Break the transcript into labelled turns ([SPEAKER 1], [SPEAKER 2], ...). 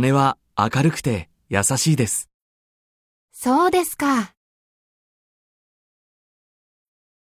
[SPEAKER 1] 姉は明るくて優しいです。
[SPEAKER 2] そうですか。